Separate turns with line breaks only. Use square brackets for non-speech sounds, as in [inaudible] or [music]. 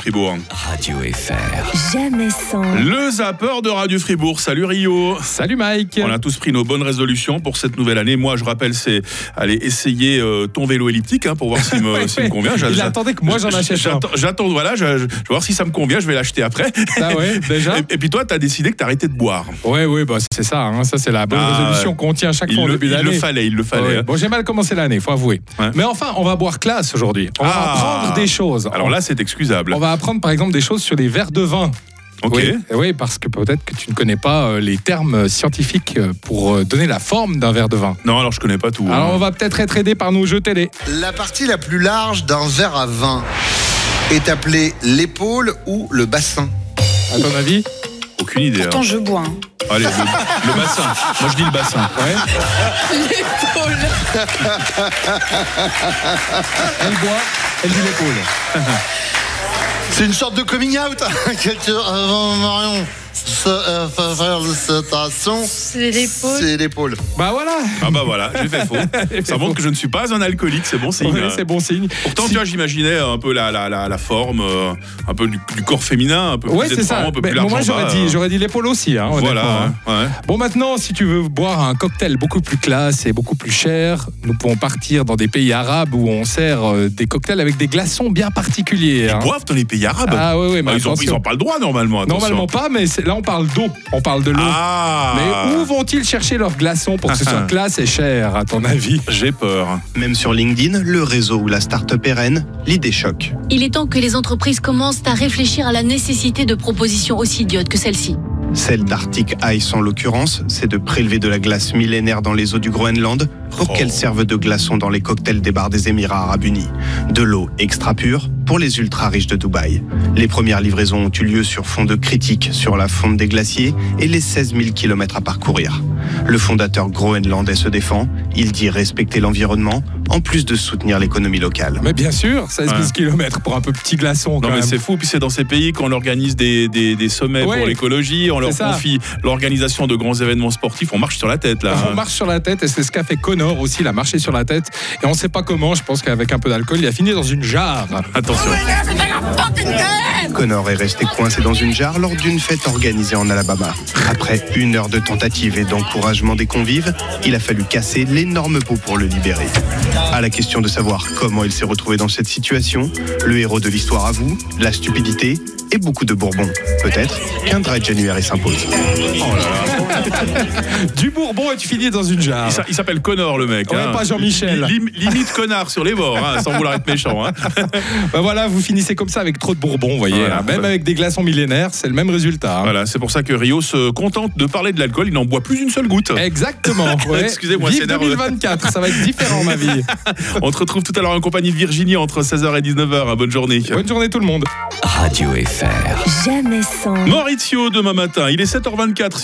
Fribourg.
Radio FR.
Jamais sans.
Le zapper de Radio Fribourg. Salut Rio.
Salut Mike
On a tous pris nos bonnes résolutions pour cette nouvelle année. Moi, je rappelle, c'est aller essayer euh, ton vélo elliptique hein, pour voir s'il me,
[laughs] Ouais,
s'il me
ouais.
convient.
Il
J'a-
attendait que moi, j'en
j'a-
achète un.
J'attends, j'attends, voilà, je, je- je vais voir si ça me convient, je vais l'acheter après.
Ah ouais,
[laughs]
déjà
Et, et puis toi, t'as décidé que t'arrêtais de boire.
Ouais, ouais, bah, c'est ça, hein, ça c'est la bonne
Ah,
résolution qu'on tient à chaque
Il
fois en
le,
début
il le
d'année.
fallait, il le
Ah
fallait. hein.
ouais. Bon, j'ai mal commencé l'année, faut avouer.
Ouais.
Mais enfin, on va boire classe aujourd'hui. On va
Ah.
apprendre des choses.
Alors là, c'est excusable.
on va apprendre par exemple des choses sur les verres de vin.
Ok.
Oui, eh oui, parce que peut-être que tu ne connais pas euh, les termes scientifiques euh, pour euh, donner la forme d'un verre de vin.
Non, alors je connais pas tout.
Alors
hein.
on va peut-être être aidé par nos jeux télé.
La partie la plus large d'un verre à vin est appelée l'épaule ou le bassin.
À ton avis
Aucune idée. hein.
Pourtant, je bois. hein.
Allez, le, le bassin. Moi, je dis le bassin.
Ouais. Elle boit, elle dit l'épaule.
C'est une sorte de coming out. [laughs] Quelques avant Marion. se- euh, fa- faire le- cette action,
C'est l'épaule.
C'est l'épaule.
Bah voilà.
Ah bah voilà, j'ai
[laughs]
fait faux. Ça montre que je ne suis pas un alcoolique, c'est bon signe. hein.
Ouais, c'est bon signe.
Pourtant,
Si-
tu vois, j'imaginais un peu la, la, la, la forme, euh, un peu du, du corps féminin, un peu
Ouais,
plus
c'est
étroit,
ça.
un peu
Mais
plus large.
moi,
en
j'aurais
bas,
dit,
euh,
j'aurais dit l'épaule aussi. hein, honnêtement,
Voilà.
hein.
ouais.
Bon, maintenant, si tu veux boire un cocktail beaucoup plus classe et beaucoup plus cher, nous pouvons partir dans des pays arabes où on sert euh, des cocktails avec des glaçons bien particuliers. hein.
Ils boivent dans les pays arabes.
Ah ouais, ouais, mais
Ah, ils, ont,
attention.
ils ont pas le droit normalement. attention.
Normalement pas, mais c'est- là, on parle d'eau, on parle de l'eau.
Ah.
Mais où vont-ils chercher leurs glaçons pour que ce soit classe et cher, à ton avis
J'ai peur.
Même sur LinkedIn, le réseau ou la start-up pérenne, l'idée choc.
Il est temps que les entreprises commencent à réfléchir à la nécessité de propositions aussi idiotes que celle-ci.
Celle d'Arctic Ice en l'occurrence, c'est de prélever de la glace millénaire dans les eaux du Groenland pour
Oh.
qu'elle serve de glaçon dans les cocktails des bars des Émirats Arabes Unis. De l'eau extra pure pour les ultra riches de Dubaï. Les premières livraisons ont eu lieu sur fond de critiques sur la fonte des glaciers et les 16 000 km à parcourir. Le fondateur groenlandais se défend, il dit respecter l'environnement en plus de soutenir l'économie locale.
Mais bien sûr, 16 000
Ouais.
km pour un peu petit
Ah.
glaçon.
Non
quand
mais
même.
c'est fou, puis c'est dans ces pays qu'on organise des, des, des sommets
Ouais.
pour l'écologie, on leur
C'est ça.
confie l'organisation de grands événements sportifs, on marche sur la tête là. hein.
On marche sur la tête et c'est ce qu'a fait Connor aussi, il a marché sur la tête et on sait pas comment, je pense qu'avec un peu d'alcool, il a fini dans une jarre. [laughs]
Attention.
Ah
Connor est resté coincé dans une jarre lors d'une fête organisée en Alabama. Après une heure de tentatives et d'encouragement des convives, il a fallu casser l'énorme pot pour le libérer. À la question de savoir comment il s'est retrouvé dans cette situation, le héros de l'histoire avoue la stupidité et beaucoup de bourbon. Peut-être qu'un dry January s'impose.
Du bourbon et tu finis dans une jarre.
Il s'a- Il s'appelle Connor le mec. hein.
Ouais, pas Jean-Michel.
Li- lim- Limite connard sur les bords, hein, sans vouloir être méchant. hein.
Ben voilà, vous finissez comme ça avec trop de bourbon, vous voyez.
Voilà,
hein. Même
voilà.
avec des glaçons millénaires, c'est le même résultat. hein.
Voilà, c'est pour ça que Rio se contente de parler de l'alcool, il n'en boit plus une seule goutte. [laughs]
Eh, Exactement. ouais.
Excusez-moi,
Vive
c'est nerveux.
2024, ça va être différent
[laughs]
ma vie.
On te retrouve tout à l'heure en compagnie de Virginie entre 16h et 19h. hein. Bonne journée.
Bonne journée tout le monde.
Radio FR.
Jamais sans.
Maurizio demain matin, il est 7h24.